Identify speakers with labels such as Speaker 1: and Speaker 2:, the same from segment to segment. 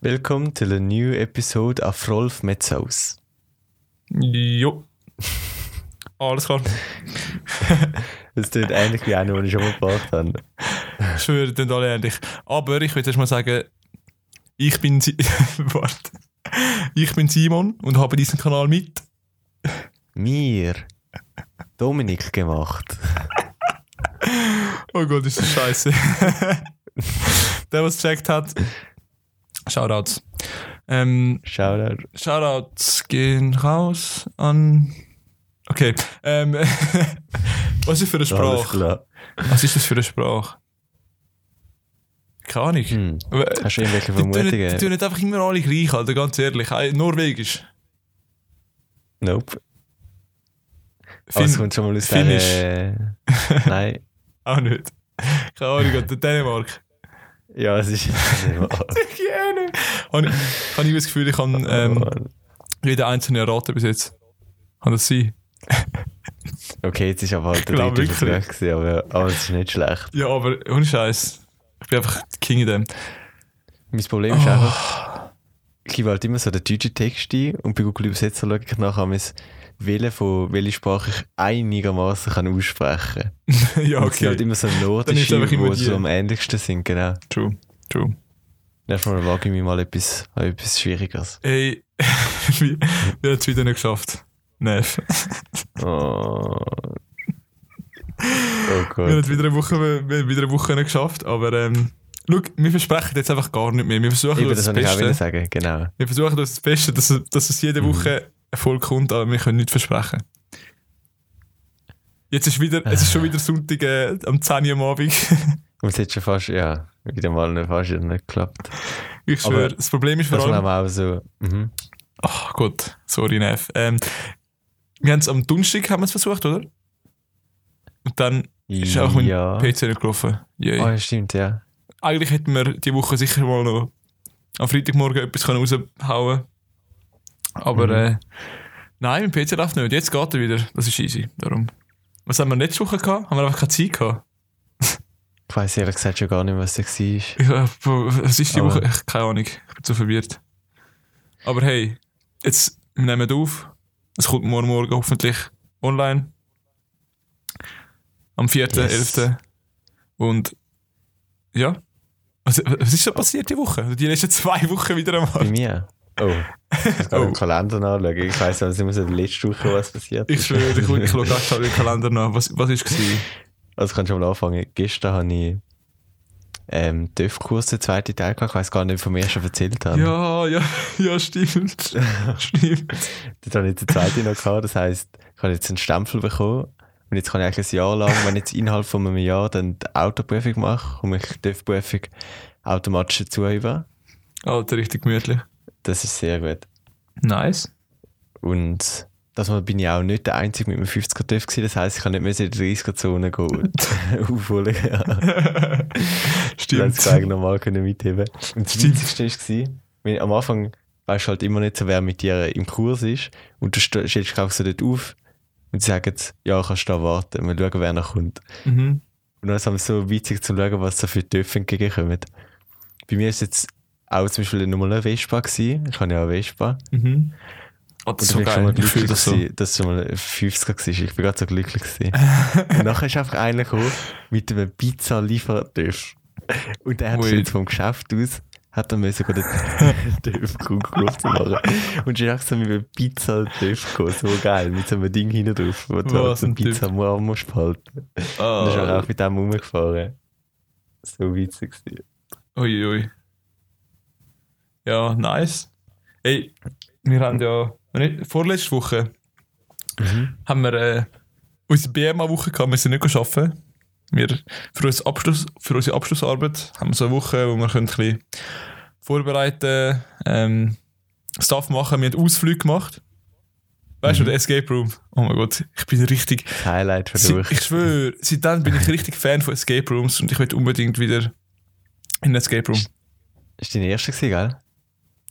Speaker 1: Welcome to the new episode of Rolf Metzhaus.
Speaker 2: Jo. Alles klar.
Speaker 1: Das tut eigentlich wie einer, den ich schon mal gebracht habe.
Speaker 2: Ich schwöre, dann alle ähnlich. Aber ich würde erst mal sagen, ich bin, Si- Warte. ich bin Simon und habe diesen Kanal mit.
Speaker 1: Mir. Dominik gemacht.
Speaker 2: Oh Gott, ist das scheiße. Der, was gecheckt hat, Shoutouts. Ähm,
Speaker 1: Shoutout.
Speaker 2: Shoutouts gehen raus an. Okay. Ähm, was ist für eine
Speaker 1: Alles
Speaker 2: Sprache?
Speaker 1: klar.
Speaker 2: Was ist das für eine Sprache? Keine Ahnung. Äh,
Speaker 1: Hm.
Speaker 2: Aber-
Speaker 1: Hast du irgendwelche
Speaker 2: Die tun, nicht- die tun
Speaker 1: Vermutungen?
Speaker 2: nicht einfach immer alle gleich, Alter, ganz ehrlich. Auch Norwegisch.
Speaker 1: Nope. Aber es
Speaker 2: Finn,
Speaker 1: kommt schon mal aus
Speaker 2: Finnisch.
Speaker 1: der... Nein.
Speaker 2: auch nicht. Keine Ahnung, Alter, Dänemark.
Speaker 1: Ja, es ist...
Speaker 2: Gerne. Habe ich, hab ich das Gefühl, ich kann ähm, jeder einzelne erraten bis jetzt. Kann das sein?
Speaker 1: Okay, jetzt ist aber halt der
Speaker 2: glaub
Speaker 1: dritte
Speaker 2: wirklich.
Speaker 1: Versuch gewesen, aber, aber es ist nicht schlecht.
Speaker 2: Ja, aber ohne Scheiß. Ich bin einfach der King in dem.
Speaker 1: Mein Problem ist einfach, ich gebe halt immer so den deutschen Text ein und bei Google Übersetzer schaue ich nachher, mein Wählen von welcher Sprache ich einigermaßen kann aussprechen kann.
Speaker 2: ja,
Speaker 1: Und es sind halt
Speaker 2: okay.
Speaker 1: immer so
Speaker 2: ist
Speaker 1: nordische,
Speaker 2: einfach immer
Speaker 1: die
Speaker 2: die.
Speaker 1: so am ähnlichsten sind, genau.
Speaker 2: True, true.
Speaker 1: Nächstes Mal wage ich mir mal etwas, etwas Schwieriges.
Speaker 2: Ey, wir wir haben es wieder nicht geschafft. Nerv.
Speaker 1: Oh, oh
Speaker 2: Wir haben
Speaker 1: Gott.
Speaker 2: es wieder eine Woche, wir haben wieder eine Woche nicht geschafft, aber ähm, schau, wir versprechen jetzt einfach gar nicht mehr. Wir versuchen
Speaker 1: Eben,
Speaker 2: uns
Speaker 1: das
Speaker 2: das
Speaker 1: wollte ich auch
Speaker 2: Beste.
Speaker 1: wieder sagen, genau.
Speaker 2: Wir versuchen uns das Beste, dass, es- dass es jede
Speaker 1: Mhm.
Speaker 2: Woche Erfolg kommt, aber wir können nichts versprechen. Jetzt ist wieder, es ist schon wieder Sonntag äh, am 10 Uhr am Abend.
Speaker 1: Und es hat schon fast, ja, wieder mal nicht- fast nicht geklappt.
Speaker 2: Ich
Speaker 1: Aber
Speaker 2: schwöre, das Problem ist vor
Speaker 1: Das war
Speaker 2: allem...
Speaker 1: aber auch so, mhm.
Speaker 2: Ach Gott, sorry, Neff. Ähm, wir haben es am Donnerstag haben wir es versucht, oder? Und dann ist auch mein
Speaker 1: ja.
Speaker 2: PC nicht gelaufen. Yay.
Speaker 1: Oh, ja, stimmt, ja.
Speaker 2: Eigentlich hätten wir die Woche sicher mal noch am Freitagmorgen etwas können raushauen Aber
Speaker 1: Mhm.
Speaker 2: äh, nein, mein PC läuft nicht. Jetzt geht er wieder. Das ist easy. Darum. Was haben wir letzte Woche gehabt? Haben wir einfach keine Zeit gehabt?
Speaker 1: Ich weiß ehrlich gesagt schon gar nicht, was das war.
Speaker 2: Ich, äh, boah, was ist die
Speaker 1: Aber-
Speaker 2: Woche? Ich, keine Ahnung. Ich bin so verwirrt. Aber hey, jetzt wir nehmen wir auf. Es kommt morgen Morgen hoffentlich online. Am 4.11.
Speaker 1: Yes.
Speaker 2: Und ja. Was, was ist da passiert die Woche? Die letzten zwei Wochen wieder
Speaker 1: Bei
Speaker 2: einmal.
Speaker 1: mir? Oh. Ich muss gerade
Speaker 2: Oh.
Speaker 1: im Kalender nachschauen. Ich weiss also immer so in der letzten Woche, was passiert
Speaker 2: Ich
Speaker 1: ist.
Speaker 2: schwöre, ich, ich schaue gerade schon den Kalender nach. Was, was ist gewesen?
Speaker 1: Also ich kann schon mal anfangen. Gestern habe ich ähm, TÜV-Kurs den zweiten Teil gehabt. Ich weiss gar nicht, von mir schon erzählt habe.
Speaker 2: Ja, ja, ja, stimmt. stimmt.
Speaker 1: Dort habe ich den zweiten noch gehabt. Das heisst, ich habe jetzt einen Stempel bekommen. Und jetzt kann ich eigentlich ein Jahr lang, wenn ich jetzt innerhalb von einem Jahr dann die Autoprüfung mache, komme ich die TÜV-Prüfung automatisch dazu über.
Speaker 2: Alter, richtig gemütlich.
Speaker 1: Das ist sehr gut.
Speaker 2: Nice.
Speaker 1: Und das Mal bin ich auch nicht der Einzige mit einem 50er TÜV gewesen. Das heisst, ich kann nicht mehr in die 30er-Zone gehen und aufholen. Ja,
Speaker 2: Stimmt.
Speaker 1: das eigentlich normal können mitheben. Und das
Speaker 2: Stimmt.
Speaker 1: Witzigste war, gewesen, wenn- am Anfang weisst du halt immer nicht so, wer mit dir im Kurs ist. Und du st- stellst dich auch so dort auf und sie sagen, ja, kannst du da warten. Wir schauen, wer noch kommt.
Speaker 2: Mhm.
Speaker 1: Und dann ist es so witzig zu schauen, was da für TÜV entgegenkommen. Bei mir ist jetzt auch zum Beispiel nur eine Vespa gewesen. Ich habe ja eine Vespa.
Speaker 2: Mhm. Oh, das
Speaker 1: Und
Speaker 2: ist
Speaker 1: so
Speaker 2: so
Speaker 1: ich bin schon mal
Speaker 2: geil. Ich
Speaker 1: glücklich,
Speaker 2: fühle das so.
Speaker 1: gewesen, dass es schon mal ein 50er war. Ich bin gerade so glücklich. Gewesen. und nachher ist einfach einer gekommen mit einem Pizza-Liefertisch. Und der hat
Speaker 2: Ui.
Speaker 1: sich jetzt vom Geschäft aus hat er müssen gerade den Dörfkuchen zu machen. Und ist einfach so mit einem Pizza-Dörf gekommen. So geil. Mit so einem Ding hinten drauf, wo du
Speaker 2: Was
Speaker 1: halt so eine
Speaker 2: ein Typ.
Speaker 1: Pizza am Arm musst behalten. Und ist
Speaker 2: Ah.
Speaker 1: auch mit dem rumgefahren. So witzig. gewesen.
Speaker 2: Uiui. Ah, Ja, nice. Ey, wir haben ja wenn nicht- vorletzte Woche
Speaker 1: Mhm.
Speaker 2: haben wir äh, unsere BMA-Woche gehabt, wir sind nicht arbeiten. Wir, für, unser Abschluss, für unsere Abschlussarbeit haben wir so eine Woche, wo wir können ein bisschen vorbereiten ähm, Stuff machen. Wir haben Ausflüge gemacht. Weißt
Speaker 1: Mhm.
Speaker 2: du, der Escape Room. Oh mein Gott, ich bin richtig,
Speaker 1: Das Highlight von
Speaker 2: Sie,
Speaker 1: der Woche.
Speaker 2: ich schwöre, seitdem bin ich richtig Fan von Escape Rooms und ich will unbedingt wieder in einen Escape Room.
Speaker 1: Ist dein erster gewesen, gell?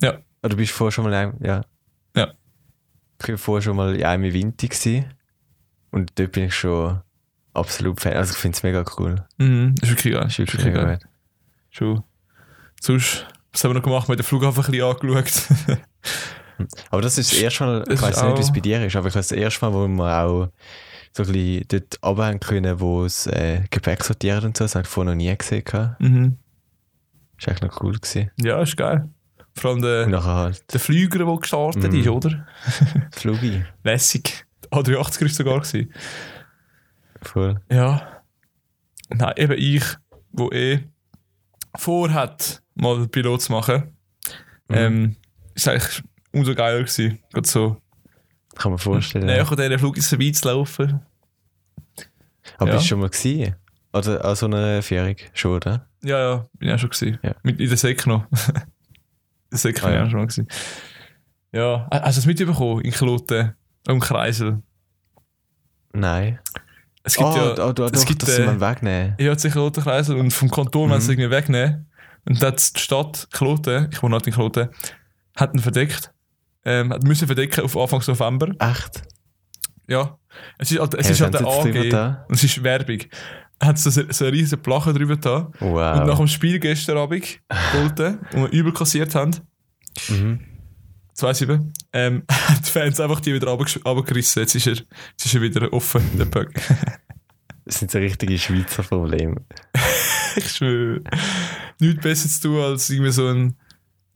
Speaker 2: Ja.
Speaker 1: Oder du bist vorher schon mal in einem, ja.
Speaker 2: Ja.
Speaker 1: Ich war vorher schon mal in einem Winter gewesen. Und dort bin ich schon absolut Fan. Also ich finde es mega cool.
Speaker 2: Mhm, das ist wirklich geil.
Speaker 1: Das ist wirklich mega geil.
Speaker 2: True. Sonst Was haben wir noch gemacht? Wir haben den Flughafen ein bisschen angeschaut.
Speaker 1: Aber das ist das erste Mal,
Speaker 2: Es
Speaker 1: ich
Speaker 2: ist
Speaker 1: weiß nicht, wie es
Speaker 2: auch-
Speaker 1: bei dir ist, aber ich weiß das erste Mal, wo wir auch so ein bisschen dort runterhängen können, wo es äh, Gepäck sortiert und so, das habe ich vorher noch nie gesehen. gehabt.
Speaker 2: mhm.
Speaker 1: Das war echt noch cool. Gewesen.
Speaker 2: Ja, ist geil. Vor allem
Speaker 1: Und
Speaker 2: der,
Speaker 1: nachher halt
Speaker 2: der Flüger, der gestartet
Speaker 1: Mhm.
Speaker 2: ist, oder?
Speaker 1: Flugi.
Speaker 2: Lässig. Der A380 war sogar. Gewesen.
Speaker 1: Voll.
Speaker 2: Ja. Nein, eben ich, wo eh vorhat, mal Pilot zu machen,
Speaker 1: Mhm.
Speaker 2: ähm, ist eigentlich umso geiler gewesen. Gerade so
Speaker 1: Kann man vorstellen.
Speaker 2: näher an diesen Flug vorbeizulaufen.
Speaker 1: aber
Speaker 2: ja.
Speaker 1: bist du schon mal gesehen? Oder an so einer Fährung? Schon, oder?
Speaker 2: Ja, ja, bin ich auch schon gewesen.
Speaker 1: Ja.
Speaker 2: Mit, in der Sek noch. der Sek
Speaker 1: Ah,
Speaker 2: bin ich
Speaker 1: ja.
Speaker 2: auch schon mal gewesen. Ja, ha- hast du das mitbekommen? In Kloten, am Kreisel.
Speaker 1: Nein.
Speaker 2: Es gibt ja,
Speaker 1: oh, doch,
Speaker 2: es
Speaker 1: doch,
Speaker 2: gibt,
Speaker 1: das
Speaker 2: äh,
Speaker 1: soll man wegnehmen.
Speaker 2: ja den Kloten Kreisel und vom Kanton
Speaker 1: Mhm.
Speaker 2: wollen sie irgendwie wegnehmen. Und dann hat die Stadt Kloten, ich wohne halt in Kloten, hat ihn verdeckt. Ähm, hat müssen verdecken auf Anfang November.
Speaker 1: Echt?
Speaker 2: Ja. Es ist halt, es
Speaker 1: Hey,
Speaker 2: ist
Speaker 1: was
Speaker 2: halt der
Speaker 1: haben sie jetzt drüber
Speaker 2: AG.
Speaker 1: da?
Speaker 2: Und es ist Werbung. Hat so, so eine riesen Plache drüber da. Und nach
Speaker 1: Wow.
Speaker 2: dem Spiel gestern Abend, Golden, wo wir überkassiert haben,
Speaker 1: Mhm.
Speaker 2: 2-7, ähm, haben die Fans einfach die wieder runtergesch- runtergerissen. Jetzt ist er, jetzt ist er wieder offen, der Puck.
Speaker 1: Das sind so richtige Schweizer Probleme.
Speaker 2: ich schwöre. Nichts besser zu tun, als irgendwie so ein,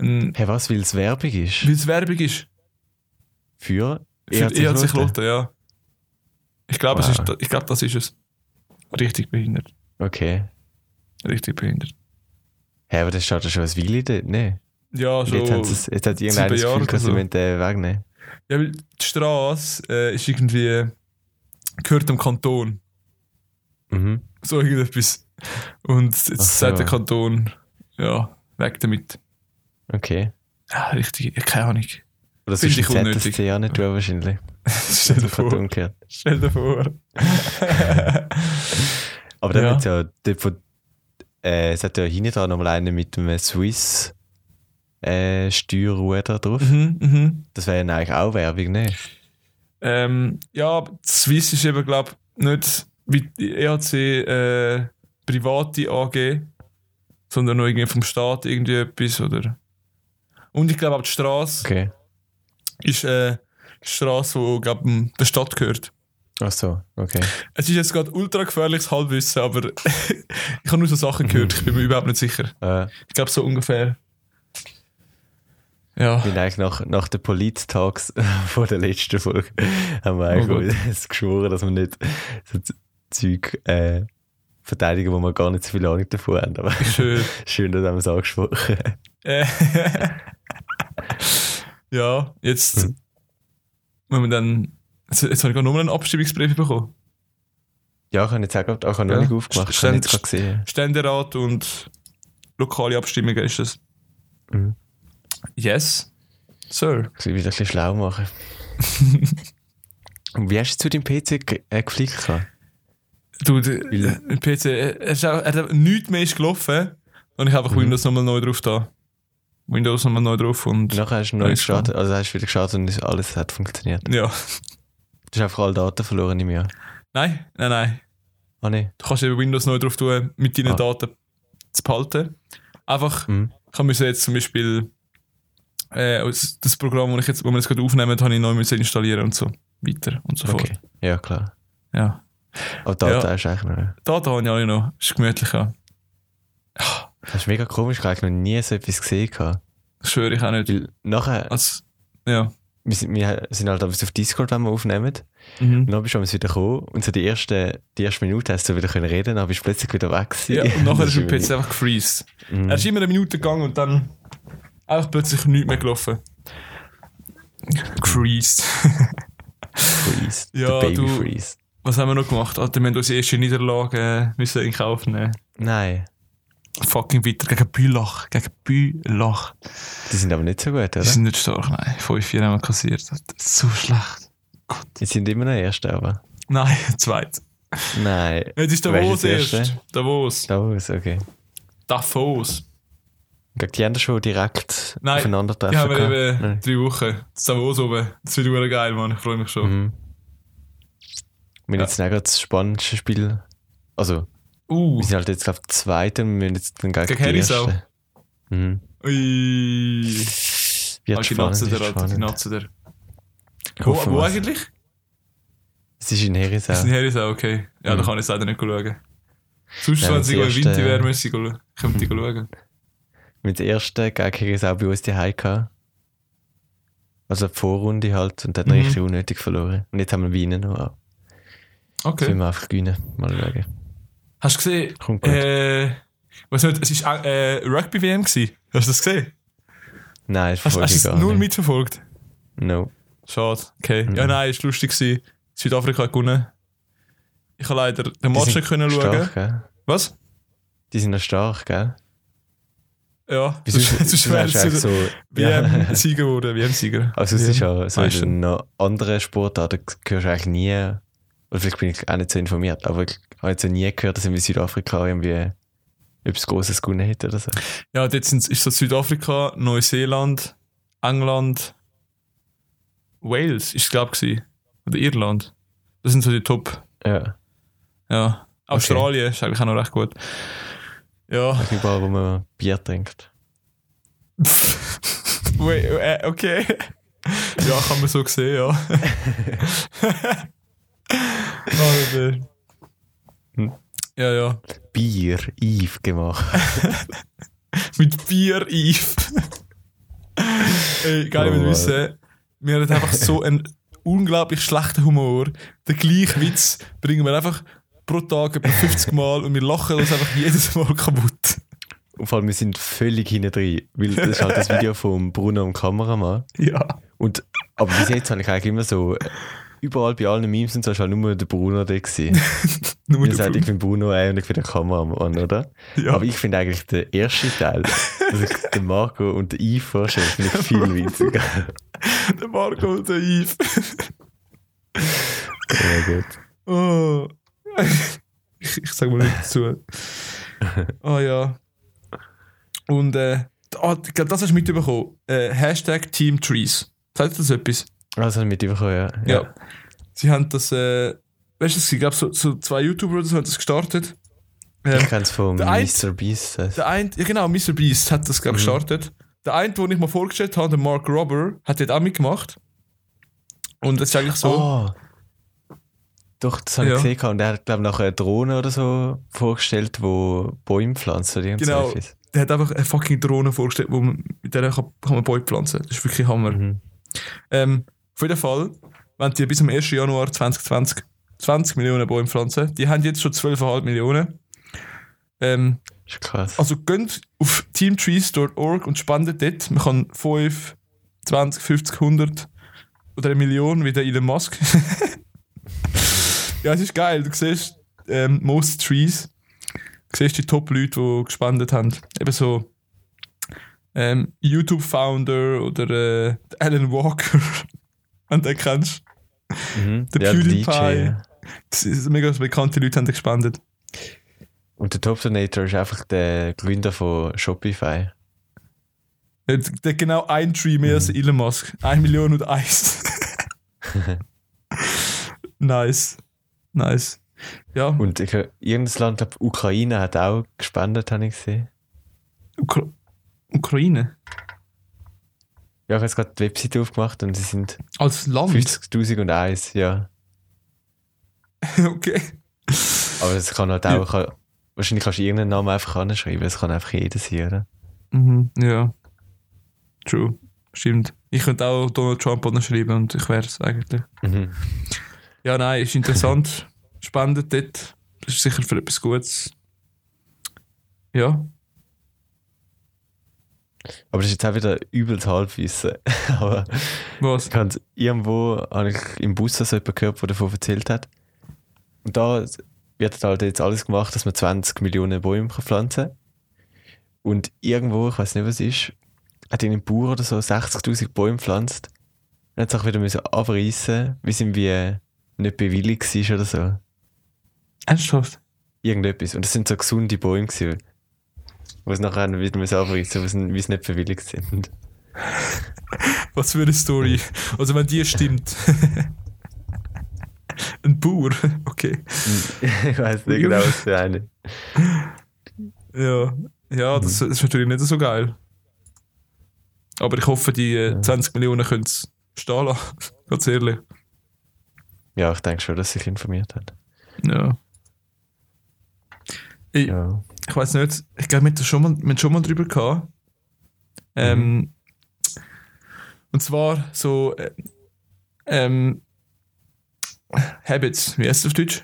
Speaker 2: ein
Speaker 1: Hey, was, weil es Werbung ist?
Speaker 2: weil es Werbung ist.
Speaker 1: Für? E
Speaker 2: Für E
Speaker 1: EHC
Speaker 2: die EHC
Speaker 1: Kloten?
Speaker 2: Kloten, ja. Ich glaube, es
Speaker 1: Wow.
Speaker 2: ist- ich glaube, das ist es. Richtig behindert.
Speaker 1: Okay.
Speaker 2: Richtig behindert.
Speaker 1: Hä, aber das steht ja schon als Weile dort, ne?
Speaker 2: Ja,
Speaker 1: Und Jetzt,
Speaker 2: so.
Speaker 1: haben sie's- jetzt hat irgendeiner das
Speaker 2: Also Jahre
Speaker 1: Gefühl,
Speaker 2: oder
Speaker 1: dass sie
Speaker 2: so.
Speaker 1: müssen äh, den wegnehmen
Speaker 2: Ja, weil die Straße äh, ist irgendwie, gehört dem Kanton.
Speaker 1: mhm.
Speaker 2: so irgendetwas. Und jetzt
Speaker 1: Ach so.
Speaker 2: sagt der Kanton, ja, weg damit.
Speaker 1: Okay.
Speaker 2: Ja, richtig, ja, keine Ahnung.
Speaker 1: Oder
Speaker 2: Finde
Speaker 1: sonst
Speaker 2: ich
Speaker 1: hätte das
Speaker 2: unnötig. Oh.
Speaker 1: ja nicht tun, wahrscheinlich.
Speaker 2: stell dir
Speaker 1: Gerade
Speaker 2: vor,
Speaker 1: umgekehrt.
Speaker 2: stell dir vor.
Speaker 1: Aber dann
Speaker 2: Ja.
Speaker 1: wird's ja, dort von, äh, es hat ja hinten dran nochmal einen mit einem Swiss äh, Steuerruder drauf.
Speaker 2: mhm, mhm.
Speaker 1: Das wäre ja eigentlich auch Werbung, ne?
Speaker 2: Ähm, ja, aber die Swiss ist eben, glaube ich, nicht wie die EAC äh, private AG, sondern nur irgendwie vom Staat irgendwie etwas, oder? Und ich glaube auch die Straße
Speaker 1: Okay.
Speaker 2: ist äh, die Straße, die, glaube ich, der Stadt gehört.
Speaker 1: Ach so, okay.
Speaker 2: Es ist jetzt gerade ultra gefährliches Halbwissen, aber ich habe nur so Sachen gehört, ich bin mir überhaupt nicht sicher.
Speaker 1: Äh,
Speaker 2: Ich glaube so ungefähr. Ja.
Speaker 1: wir haben eigentlich nach, nach den Polit-Talks von der letzten Folge haben wir
Speaker 2: Oh
Speaker 1: eigentlich uns geschworen, dass wir nicht so Z- Zeug äh, verteidigen, wo wir gar nicht so viel Ahnung davon haben. Aber
Speaker 2: Schön.
Speaker 1: schön, dass wir es angesprochen haben.
Speaker 2: Äh, ja, jetzt.
Speaker 1: Mhm.
Speaker 2: Wenn wir dann. Jetzt, jetzt habe ich gerade nur einen Abstimmungsbrief bekommen.
Speaker 1: Ja, ich habe jetzt auch gehabt, ich habe noch
Speaker 2: Ja.
Speaker 1: nicht aufgemacht, ich habe
Speaker 2: Stand-
Speaker 1: jetzt gerade gesehen.
Speaker 2: Ständerat und lokale Abstimmungen ist das.
Speaker 1: Mhm.
Speaker 2: Yes, Sir.
Speaker 1: Ich will wieder ein bisschen schlau machen. Und wie hast du zu deinem PC ge äh, geflickt? gehabt?
Speaker 2: Du, der der PC, er, ist auch, er hat nichts mehr ist gelaufen und ich habe einfach
Speaker 1: Mhm.
Speaker 2: Windows nochmal neu drauf da. Windows nochmal neu drauf und.
Speaker 1: Und nachher hast du neu
Speaker 2: Nein,
Speaker 1: gestartet, also hast du wieder gestartet und es- alles hat funktioniert.
Speaker 2: Ja.
Speaker 1: Du hast einfach alle Daten verloren im Jahr.
Speaker 2: Nein, nein, nein.
Speaker 1: Ah, ne?
Speaker 2: Du kannst eben Windows neu drauf tun, mit deinen
Speaker 1: Ah.
Speaker 2: Daten zu behalten. Einfach,
Speaker 1: Mhm.
Speaker 2: ich musste jetzt zum Beispiel äh, aus- das Programm, das ich jetzt, wo wir jetzt gerade aufnehmen, habe ich neu müssen installieren und so weiter und so fort.
Speaker 1: Okay. Ja, klar.
Speaker 2: Ja.
Speaker 1: Aber die Daten
Speaker 2: Ja.
Speaker 1: hast du eigentlich noch.
Speaker 2: Daten habe ich alle noch. Ist gemütlich, ja. Ah,
Speaker 1: Das ist mega komisch, ich habe eigentlich noch nie so etwas gesehen. gehabt.
Speaker 2: Das schwöre ich auch nicht.
Speaker 1: Weil nachher,
Speaker 2: Also, ja.
Speaker 1: wir sind, wir sind halt abends auf Discord, wenn wir aufnehmen. Und
Speaker 2: Mhm.
Speaker 1: dann bist du abends wieder gekommen und so die erste, die erste Minute hast du wieder können reden, dann bist du plötzlich wieder weg gewesen.
Speaker 2: ja. Und nachher
Speaker 1: Das
Speaker 2: ist mein
Speaker 1: irgendwie-
Speaker 2: PC einfach gefreezed.
Speaker 1: Mhm.
Speaker 2: Er ist immer eine Minute gegangen und dann einfach plötzlich nichts mehr gelaufen.
Speaker 1: Mhm.
Speaker 2: Creased.
Speaker 1: Mm, Freeze.
Speaker 2: Ja,
Speaker 1: der Baby
Speaker 2: du-
Speaker 1: Freeze.
Speaker 2: Was haben wir noch gemacht? Alter, wir haben unsere erste Niederlage äh, müssen in Kauf nehmen.
Speaker 1: Nein,
Speaker 2: Fucking weiter gegen Bülach. Gegen Bülach.
Speaker 1: die sind aber nicht so gut,
Speaker 2: Die
Speaker 1: oder?
Speaker 2: sind nicht stark, nein. 5-4 haben wir kassiert. Das ist so schlecht.
Speaker 1: Die sind immer noch Erste, aber.
Speaker 2: Nein, zweit.
Speaker 1: Nein.
Speaker 2: Jetzt ist
Speaker 1: Wer ist
Speaker 2: Davos
Speaker 1: das
Speaker 2: erst.
Speaker 1: Erste?
Speaker 2: Davos.
Speaker 1: Davos, okay.
Speaker 2: Davos.
Speaker 1: Gegen die anderen schon direkt
Speaker 2: Nein,
Speaker 1: aufeinandertreffen.
Speaker 2: Die haben wir
Speaker 1: gehabt?
Speaker 2: eben
Speaker 1: Nein.
Speaker 2: drei Wochen. Das Davos oben. Das wird verdammt geil, Mann. Ich freue mich schon.
Speaker 1: Mhm. Wir haben
Speaker 2: Ja.
Speaker 1: jetzt nicht gerade das spannendste Spiel. Also,
Speaker 2: Uh,
Speaker 1: wir sind halt jetzt, glaube ich, Zweiter. Wir müssen jetzt dann gegen,
Speaker 2: Gegen
Speaker 1: die
Speaker 2: Herisau.
Speaker 1: Ersten. Mhm.
Speaker 2: Ui.
Speaker 1: Wird
Speaker 2: Ah, die
Speaker 1: spannend,
Speaker 2: Natzen
Speaker 1: wird
Speaker 2: der, Alter, die
Speaker 1: spannend.
Speaker 2: Natzen der. Wo,
Speaker 1: Hoffen
Speaker 2: wo
Speaker 1: wir's.
Speaker 2: eigentlich?
Speaker 1: Es ist in Herisau.
Speaker 2: Das ist in Herisau, okay. Ja, da
Speaker 1: Mhm.
Speaker 2: kann ich es leider nicht schauen. Sonst,
Speaker 1: Ja,
Speaker 2: wenn
Speaker 1: das
Speaker 2: es irgendwo im
Speaker 1: erste- Mhm.
Speaker 2: Winter wäre, müsste ich schauen. Könnte ich schauen.
Speaker 1: Mit der ersten gegen Herisau bei uns die gehabt. Also die Vorrunde halt und dann
Speaker 2: Mhm.
Speaker 1: richtig unnötig verloren. Und jetzt haben wir Wiener noch. Okay. Jetzt
Speaker 2: Okay.
Speaker 1: müssen wir einfach gewinnen. Mal schauen.
Speaker 2: Hast du gesehen?
Speaker 1: Kommt gut.
Speaker 2: Äh, weiß nicht, es war äh, Rugby-WM. gewesen. Hast du das gesehen?
Speaker 1: Nein, das
Speaker 2: Hast,
Speaker 1: verfolge ich
Speaker 2: hast du
Speaker 1: gar
Speaker 2: es null
Speaker 1: nicht. Mhm.
Speaker 2: mitverfolgt?
Speaker 1: No.
Speaker 2: Schade. Okay. Ja, nein, es war lustig. Gewesen. Südafrika hat gewonnen. Ich habe leider den
Speaker 1: Die
Speaker 2: Match
Speaker 1: sind
Speaker 2: nicht können schauen.
Speaker 1: stark, gell?
Speaker 2: Was?
Speaker 1: Die sind noch stark, gell?
Speaker 2: Ja.
Speaker 1: Wieso
Speaker 2: sonst- sonst
Speaker 1: wieso
Speaker 2: wäre
Speaker 1: hast du eigentlich
Speaker 2: es
Speaker 1: so...
Speaker 2: WM-Sieger geworden. WM-Sieger.
Speaker 1: Also es
Speaker 2: WM.
Speaker 1: ist ja so
Speaker 2: Weißt du?
Speaker 1: in einer anderen Sportart, da hörst du eigentlich nie, oder vielleicht bin ich auch nicht so informiert, aber ich habe jetzt noch nie gehört, dass in Südafrika irgendwie etwas Großes gewonnen hätte oder so.
Speaker 2: Ja, dort sind, ist so Südafrika, Neuseeland, England, Wales ist es, glaube ich, oder Irland. Das sind so die Top.
Speaker 1: Ja,
Speaker 2: Ja. Australien ist eigentlich auch noch recht gut. Ja.
Speaker 1: überall, wo man Bier trinkt.
Speaker 2: Wait, äh, okay. Ja, kann man so sehen, ja. Aber, äh, ja, ja.
Speaker 1: Bier, Eve gemacht.
Speaker 2: Mit Bier, Yves. Ey, geil, wenn
Speaker 1: Oh,
Speaker 2: wir wissen, wir haben einfach so einen unglaublich schlechten Humor. Den gleichen Witz bringen wir einfach pro Tag etwa 50 Mal und wir lachen uns einfach jedes Mal kaputt.
Speaker 1: Und vor allem, wir sind völlig hinten drin, weil das ist halt das Video von Bruno und Kameramann.
Speaker 2: Ja.
Speaker 1: Und, aber bis jetzt habe ich eigentlich immer so, überall bei allen Memes und so, ist halt nur der Bruno da gewesen.
Speaker 2: Nur
Speaker 1: Ihr
Speaker 2: der
Speaker 1: sagt,
Speaker 2: Blut.
Speaker 1: ich bin Bruno ein und ich bin der Kameramann, oder?
Speaker 2: Ja.
Speaker 1: Aber ich finde eigentlich den ersten Teil, dass ich den Marco und den Yves vorstelle, finde ich viel witziger.
Speaker 2: Der Marco und der Yves.
Speaker 1: Sehr gut.
Speaker 2: Oh. Ich, ich sag mal nichts dazu. Oh ja. Und äh, ah, ich glaube, das hast du mitbekommen. Äh, Hashtag Team Trees. Sagt dir das etwas?
Speaker 1: Also mit überkommen, ja.
Speaker 2: Ja. Sie haben das, äh, weißt du, ich glaube, so, so zwei YouTuber oder so haben das gestartet. Ähm,
Speaker 1: Ich kenne es vom
Speaker 2: Der ein-
Speaker 1: Mr. Beast. Das.
Speaker 2: der eine, ja genau, Mr. Beast hat das, glaube ich, gestartet. Der eine, den ich mir vorgestellt habe, der Mark Robber, hat dort auch mitgemacht. Und das ist eigentlich so.
Speaker 1: Oh. Doch, das habe ich
Speaker 2: Ja.
Speaker 1: gesehen. gehabt. Und er hat, glaube ich, nachher eine Drohne oder so vorgestellt, wo Bäume pflanzt. Oder irgend so
Speaker 2: Genau.
Speaker 1: etwas.
Speaker 2: Der hat einfach eine fucking Drohne vorgestellt, wo man, mit der kann, kann man Bäume pflanzen. Das ist wirklich Hammer.
Speaker 1: Mhm.
Speaker 2: Ähm, auf jeden Fall, wenn die bis zum 1. Januar 2020 20 Millionen Bäume pflanzen, die haben jetzt schon 12,5 Millionen. Ähm,
Speaker 1: Ist krass.
Speaker 2: Also geht auf teamtrees.org und spendet dort. Man kann 5, 20, 50, 100 oder eine Million wie der Elon Musk. ja, es ist geil. Du siehst ähm, Most Trees. Du siehst die Top-Leute, die gespendet haben. Eben so ähm, YouTube-Founder oder äh, Alan Walker. Und den kennst du.
Speaker 1: Mhm.
Speaker 2: Oh, der
Speaker 1: Ja,
Speaker 2: PewDiePie.
Speaker 1: ja.
Speaker 2: Das ist mega bekannte Leute haben da gespendet.
Speaker 1: Und der Top Donator ist einfach der Gründer von Shopify.
Speaker 2: Der hat genau ein Tree mehr als Elon Musk. Ein Million und eins. nice. Nice. Ja,
Speaker 1: Und ich, irgendein Land, glaube Ukraine hat auch gespendet, habe ich gesehen.
Speaker 2: Ukra Ukraine.
Speaker 1: Ja, ich habe jetzt gerade die Webseite aufgemacht und sie sind
Speaker 2: Als Land.
Speaker 1: 50.001, ja.
Speaker 2: Okay.
Speaker 1: Aber es kann halt auch, kann, wahrscheinlich kannst du irgendeinen Namen einfach anschreiben, es kann einfach jeder sein, oder?
Speaker 2: Mhm, ja. True. Stimmt. Ich könnte auch Donald Trump anschreiben und ich wäre es eigentlich.
Speaker 1: Mhm.
Speaker 2: Ja, nein, ist interessant. Spannend dort. Das ist sicher für etwas Gutes. Ja.
Speaker 1: Aber das ist jetzt auch wieder übelst Halbwissen. Aber
Speaker 2: Was?
Speaker 1: ich kann's, irgendwo habe ich im Bus so jemanden gehört, der davon erzählt hat. Und da wird halt jetzt alles gemacht, dass man 20 Millionen Bäume kann pflanzen kann. Und irgendwo, ich weiß nicht, was es ist, hat irgendein Bauer oder so 60.000 Bäume gepflanzt. Und hat es auch wieder müssen abreißen, weil es irgendwie nicht bewilligt war oder so.
Speaker 2: Ernsthaft?
Speaker 1: irgendetwas. Und das sind so gesunde Bäume gewesen, wo es nachher wieder müssen abreißen, wo es wie es nicht verwilligt sind.
Speaker 2: Was für eine Story. Also wenn die stimmt. Ein Bauer, okay.
Speaker 1: ich weiß nicht genau, was für eine.
Speaker 2: Ja, ja das, das ist natürlich nicht so geil. Aber ich hoffe, die äh, 20 Millionen können es stehen lassen. Ganz ehrlich.
Speaker 1: Ja, ich denke schon, dass sich informiert hat.
Speaker 2: Ja. Ich,
Speaker 1: Ja.
Speaker 2: ich weiß nicht, ich glaube, wir hatten schon mal, wir hatten schon mal drüber gehabt. Ähm, und zwar so äh, ähm, Habits, wie heißt es auf Deutsch?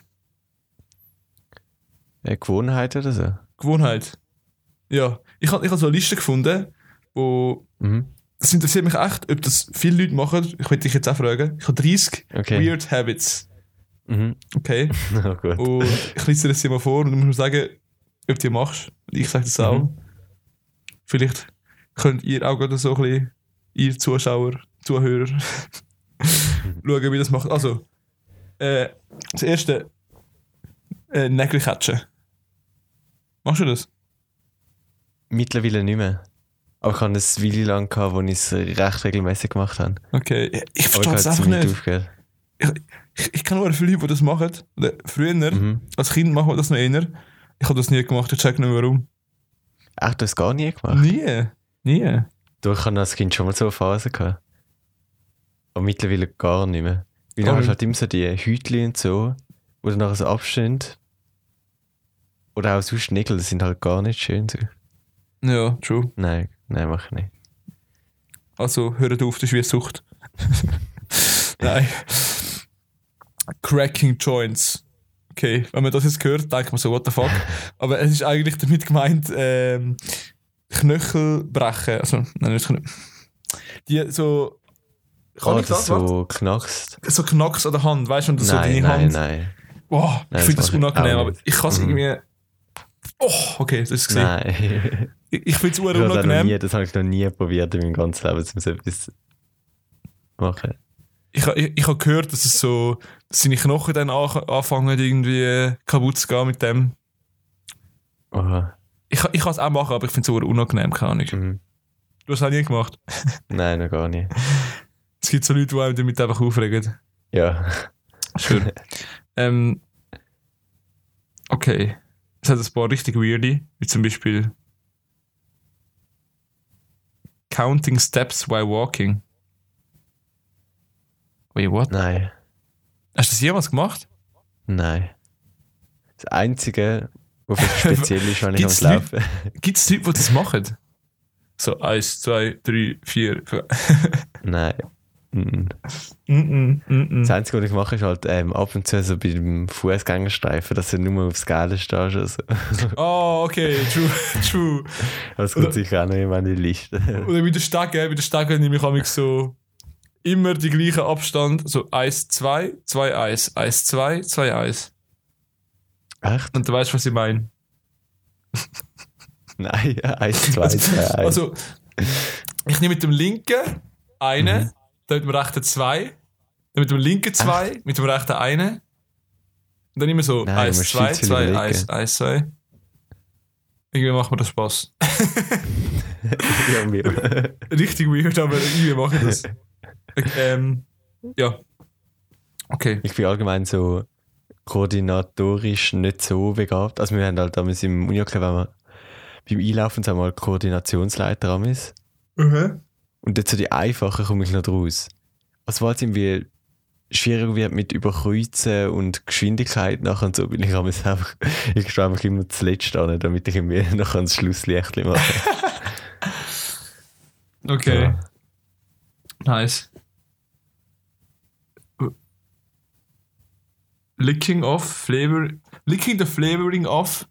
Speaker 1: Äh, Gewohnheit oder so.
Speaker 2: Gewohnheit. Ja, ich habe ich hab so eine Liste gefunden, wo
Speaker 1: Mhm.
Speaker 2: es interessiert mich echt, ob das viele Leute machen. Ich wollte dich jetzt auch fragen. Ich habe 30
Speaker 1: Okay.
Speaker 2: Weird Habits.
Speaker 1: Mhm.
Speaker 2: Okay.
Speaker 1: oh, gut.
Speaker 2: Und ich lese dir das hier mal vor und du musst mir sagen, ob du die machst. Und ich sage das auch. Vielleicht könnt ihr auch gerade so ein bisschen, ihr Zuschauer, Zuhörer, schauen, wie das macht. Also, äh, das erste, äh, Nägel catchen. Machst du das?
Speaker 1: Mittlerweile nicht mehr. Aber ich hatte eine Weile lang, gehabt, wo ich es recht regelmäßig gemacht habe.
Speaker 2: Okay. Ich- Ich
Speaker 1: Aber ich
Speaker 2: verstehe
Speaker 1: habe
Speaker 2: das
Speaker 1: jetzt
Speaker 2: einfach
Speaker 1: damit
Speaker 2: nicht.
Speaker 1: aufgehört.
Speaker 2: Ich, ich kenne nur viele Leute, die das machen. Oder früher,
Speaker 1: Mhm.
Speaker 2: als Kind machen wir das noch eher. Ich habe das nie gemacht, ich check nicht mehr warum.
Speaker 1: Echt, du hast es gar nie gemacht?
Speaker 2: Nie. Nie.
Speaker 1: Du, ich hatte als Kind schon mal so eine Phase. Gehabt. Aber mittlerweile gar nicht mehr. Weil
Speaker 2: Oh.
Speaker 1: du hast halt immer so die Hütchen und so, wo dann nachher so abstehen. Oder auch sonst Nägel, die sind halt gar nicht schön. So.
Speaker 2: Ja, true.
Speaker 1: Nein, nein, mach ich nicht.
Speaker 2: Also hört auf, das ist wie eine Sucht. Nein. Cracking Joints. Okay, wenn man das jetzt hört, denkt man so, what the fuck. Aber es ist eigentlich damit gemeint, ähm, Knöchel brechen. Also, nein, nicht Knöchel. Die so. Kann
Speaker 1: oh,
Speaker 2: ich das, machen?
Speaker 1: so knackst.
Speaker 2: so Knacks an der Hand, weißt du, und so
Speaker 1: Nein,
Speaker 2: deine
Speaker 1: nein,
Speaker 2: Hand.
Speaker 1: nein.
Speaker 2: Boah,
Speaker 1: Nein,
Speaker 2: ich finde
Speaker 1: das mach
Speaker 2: das
Speaker 1: ich
Speaker 2: unangenehm,
Speaker 1: auch
Speaker 2: aber
Speaker 1: nicht.
Speaker 2: ich kann es
Speaker 1: Mhm.
Speaker 2: irgendwie. Oh, okay, das ist gesehen.
Speaker 1: Nein.
Speaker 2: Ich, ich finde es
Speaker 1: Ich hab das, noch
Speaker 2: unangenehm.
Speaker 1: nie, das habe ich noch nie probiert in meinem ganzen Leben, um so etwas zu machen.
Speaker 2: ich, ich, ich habe gehört, dass es so dass seine Knochen dann an, anfangen irgendwie äh, kaputt zu gehen mit dem.
Speaker 1: Oha.
Speaker 2: Ich, ich kann es auch machen, aber ich finde es auch unangenehm, keine Ahnung.
Speaker 1: Mhm.
Speaker 2: Du hast es auch nie gemacht.
Speaker 1: Nein, noch gar nicht.
Speaker 2: Es gibt so Leute, die einem damit einfach aufregen.
Speaker 1: Ja.
Speaker 2: Schön. ähm, okay. Es hat ein paar richtig weirde, wie zum Beispiel Counting Steps while walking. Wait, what?
Speaker 1: Nein.
Speaker 2: Hast du das jemals gemacht?
Speaker 1: Nein. Das Einzige, was vielleicht speziell ist, wenn ich
Speaker 2: Gibt's
Speaker 1: am Laufen
Speaker 2: Gibt es Leute, die das machen? So, eins, zwei, drei, vier. fünf. Mm,
Speaker 1: Nein. Mhm.
Speaker 2: Mm-mm,
Speaker 1: Das
Speaker 2: mm-mm.
Speaker 1: Einzige, was ich mache, ist halt ähm, ab und zu so bei dem Fußgängerstreifen, dass du nur aufs Gelbe stehst. Also.
Speaker 2: Oh, okay, true, true.
Speaker 1: Das kommt sicher auch noch in meine Liste.
Speaker 2: Oder mit der Stege, mit der Stege nehme ich manchmal so immer die gleichen Abstand. So 1, 2, 2, 1, 1, 2, 2, 1.
Speaker 1: Echt?
Speaker 2: Und du weißt, was ich meine.
Speaker 1: Nein, eins, zwei,
Speaker 2: Also,
Speaker 1: zwei, eins.
Speaker 2: also, ich nehme mit dem linken eine,
Speaker 1: Mhm.
Speaker 2: dann mit dem rechten zwei, dann mit dem linken zwei, mit dem rechten eine. Und dann immer so
Speaker 1: Nein, du
Speaker 2: eins,
Speaker 1: musst
Speaker 2: zwei,
Speaker 1: viel zu
Speaker 2: zwei,
Speaker 1: überlegen.
Speaker 2: eins, eins, zwei. Irgendwie macht mir das Spaß.
Speaker 1: Ja, mir.
Speaker 2: Richtig weird, aber irgendwie mache ich das. ähm, ja. Okay.
Speaker 1: Ich bin allgemein so koordinatorisch nicht so begabt. Also wir haben halt damals im Unioclub, wenn wir beim Einlaufen so mal Koordinationsleiter am ist. Und jetzt so die einfachen komme ich nicht raus. Also weil es irgendwie schwieriger wird mit Überkreuzen und Geschwindigkeit nachher und so, bin ich am einfach, ich schreibe mich immer zuletzt an, damit ich irgendwie nachher das Schlusslicht mache.
Speaker 2: Okay.
Speaker 1: Ja.
Speaker 2: Nice. Licking off flavor, licking the flavoring off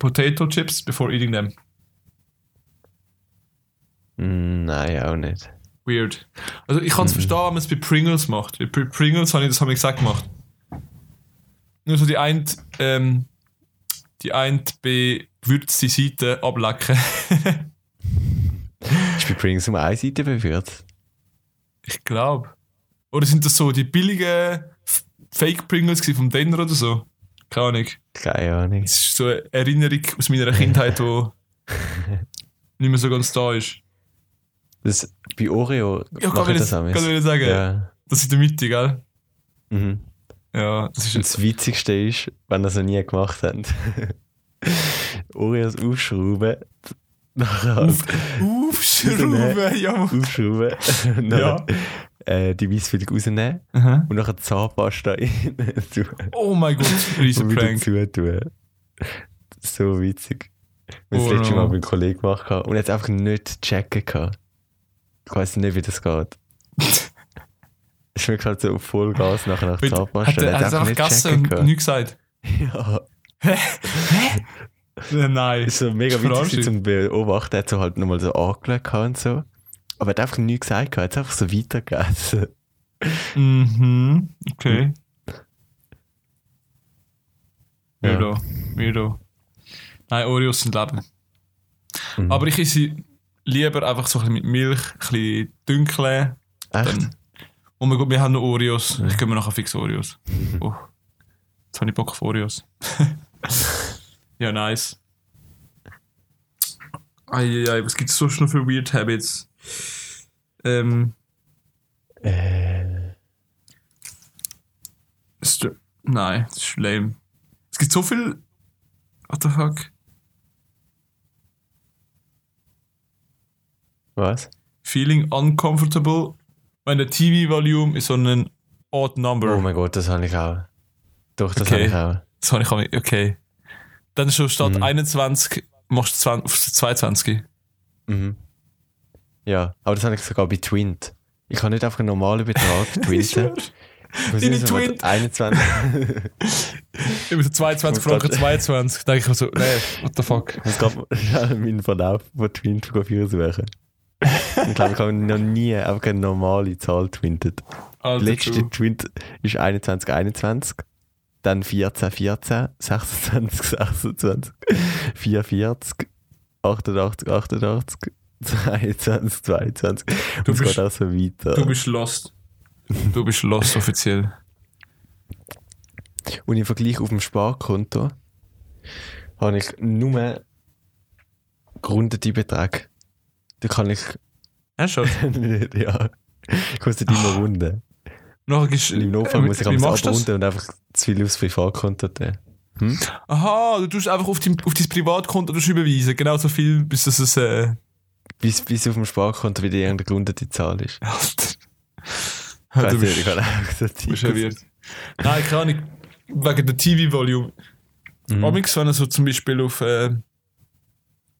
Speaker 2: potato chips before eating them.
Speaker 1: Mm, Nein, auch nicht.
Speaker 2: Weird. Also ich kann es verstehen, wenn man es bei Pringles macht. Bei Pringles habe ich das habe ich gesagt gemacht. Nur so die eine, ähm, die eine bewürzte Seite ablecken.
Speaker 1: Ich bin übrigens um eine Seite bewirrt.
Speaker 2: Ich glaube. Oder sind das so die billigen F- Fake Pringles gewesen vom Denner oder so? Keine Ahnung.
Speaker 1: Keine Ahnung.
Speaker 2: Das ist so eine Erinnerung aus meiner Kindheit, wo nicht mehr so ganz da ist.
Speaker 1: Das, bei Oreo
Speaker 2: Ja, kann
Speaker 1: mache ich
Speaker 2: ich
Speaker 1: das auch
Speaker 2: wieder sagen.
Speaker 1: Ja.
Speaker 2: Das ist in der Mitte, gell?
Speaker 1: Mhm.
Speaker 2: Ja, das ist
Speaker 1: Und
Speaker 2: jetzt.
Speaker 1: das Witzigste ist, wenn das noch nie gemacht haben. Oreos aufschrauben, nachher
Speaker 2: Auf, aufsch- Schrauben, ja.
Speaker 1: aufschrauben und dann
Speaker 2: ja.
Speaker 1: äh, die Weissfüllung rausnehmen
Speaker 2: Aha.
Speaker 1: und nachher die Zahnpasta rein tun
Speaker 2: Oh mein Gott, riesen
Speaker 1: und wieder
Speaker 2: Prank.
Speaker 1: zutun. So witzig. Und das
Speaker 2: Oh
Speaker 1: letzte
Speaker 2: no.
Speaker 1: Mal mit einem Kollegen gemacht habe und jetzt einfach nicht checken kann. Ich weiß nicht, wie das geht. Ich bin gerade so auf Vollgas nachher nach
Speaker 2: Wait, Hat
Speaker 1: Zahnpasta.
Speaker 2: er
Speaker 1: Er
Speaker 2: hat er einfach gegessen und nichts gesagt?
Speaker 1: Ja.
Speaker 2: Äh, Nein.
Speaker 1: ist so mega
Speaker 2: Verarschung.
Speaker 1: witzig zum Beobachten. Er hat so halt nochmal so angelegt gehabt und so. Aber er hat einfach nichts gesagt, gehabt, er hat einfach so weitergegessen.
Speaker 2: Mhm.
Speaker 1: Hm.
Speaker 2: Okay.
Speaker 1: Ja.
Speaker 2: Weirdo. Weirdo. Nein, Oreos sind Leben.
Speaker 1: Mhm.
Speaker 2: Aber ich esse lieber einfach so ein bisschen mit Milch, ein bisschen dünkeln.
Speaker 1: Echt?
Speaker 2: Dann. Oh mein Gott, wir haben noch Oreos. Ich gebe mir nachher fix Oreos. Oh. Jetzt habe ich Bock auf Oreos. ja, nice. Eieiei, was gibt es sonst noch für Weird Habits? Ähm,
Speaker 1: Äh,
Speaker 2: Str Nein, das ist lame. Es gibt so viel. What the fuck?
Speaker 1: was?
Speaker 2: Feeling uncomfortable, wenn der TV-Volume ist so ein odd number.
Speaker 1: Oh mein Gott, das habe ich auch. Doch, das
Speaker 2: Okay.
Speaker 1: habe
Speaker 2: das habe ich auch nicht. Okay. Dann schon statt
Speaker 1: Mhm.
Speaker 2: 21 machst du 20, auf 22.
Speaker 1: ich auch. Mhm. Ja, aber das habe ich sogar betwint. Ich kann nicht einfach einen normalen Betrag twinten. Ich muss
Speaker 2: Deine
Speaker 1: wissen, was
Speaker 2: Twint.
Speaker 1: 21.
Speaker 2: Immer so
Speaker 1: Ich
Speaker 2: 22
Speaker 1: muss
Speaker 2: Franken,
Speaker 1: grad-
Speaker 2: 22. Da denke ich mir so, nee, what the fuck.
Speaker 1: Ich muss gerade schnell meinen Verlauf von Twint suchen. Ich glaube, ich habe noch nie einfach eine normale Zahl twintet.
Speaker 2: Alter,
Speaker 1: letzte
Speaker 2: true.
Speaker 1: Twint ist 21, 21, dann 14, 14, 26, 26, 44, 88, 88, 22, 22. Und
Speaker 2: Du
Speaker 1: es
Speaker 2: bist-
Speaker 1: geht auch so
Speaker 2: Du
Speaker 1: weiter.
Speaker 2: bist lost. Du bist lost offiziell.
Speaker 1: Und im Vergleich auf dem Sparkonto habe ich nur gerundete Beträge. Da kann ich
Speaker 2: Ja, schon.
Speaker 1: nicht, ja. Kostet immer Runden.
Speaker 2: Nachher gehst
Speaker 1: Und Im Notfall
Speaker 2: Ah. äh,
Speaker 1: muss ich
Speaker 2: wie
Speaker 1: am
Speaker 2: machst du das?
Speaker 1: abrunden und einfach zu viel aufs Privatkonto tun.
Speaker 2: Aha, du tust einfach auf dein, auf dein Privatkonto tust du überweisen. Genau so viel, bis das es. Äh,
Speaker 1: Bis, bis auf dem Sparkonto wieder irgendeine gerundete Zahl ist. Weiss
Speaker 2: Alter, du
Speaker 1: nicht, ich
Speaker 2: bist,
Speaker 1: habe auch gesagt,
Speaker 2: bist ja weird. Nein, keine Ahnung. Wegen der TV-Volume. Mhm.
Speaker 1: Oh,
Speaker 2: Amix, wenn er so zum Beispiel auf äh,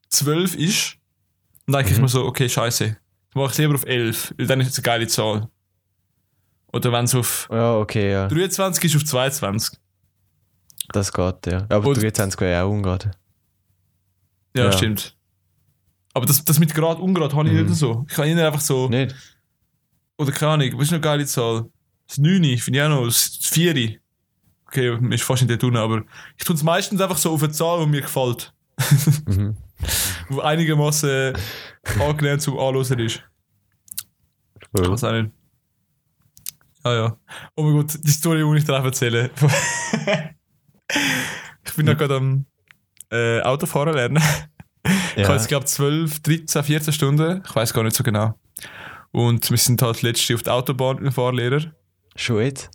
Speaker 2: 12 ist, dann denke ich mir so, okay, scheiße. Dann mache ich lieber auf 11, weil dann ist es eine geile Zahl. Oder wenn es auf
Speaker 1: Ja, okay, ja.
Speaker 2: 23 ist, auf 22.
Speaker 1: Das geht, ja. Aber
Speaker 2: Und-
Speaker 1: 23 wäre ja auch umgeht.
Speaker 2: Ja,
Speaker 1: Ja.
Speaker 2: stimmt. Aber das, das mit Grad, Ungrad habe ich
Speaker 1: Mhm.
Speaker 2: nicht so. Ich kann ihnen einfach so.
Speaker 1: Nicht?
Speaker 2: Oder keine Ahnung, was ist noch eine geile Zahl? Das 9, finde ich auch noch. Das 4. Okay, mir ist fast nicht der tun, aber ich tue es meistens einfach so auf eine Zahl, die mir gefällt.
Speaker 1: Mhm.
Speaker 2: Die einigermaßen angenehm zum Anhören ist. Ich weiß auch nicht. Ja, ja. Oh mein Gott, die Story muss ich dir auch erzählen. ich bin ja gerade am äh, Autofahren lernen. Ich
Speaker 1: Ja.
Speaker 2: habe jetzt, glaube 12, 13, 14 Stunden. Ich weiß gar nicht so genau. Und wir sind halt letzte auf der Autobahn mit dem Fahrlehrer.
Speaker 1: Schon jetzt?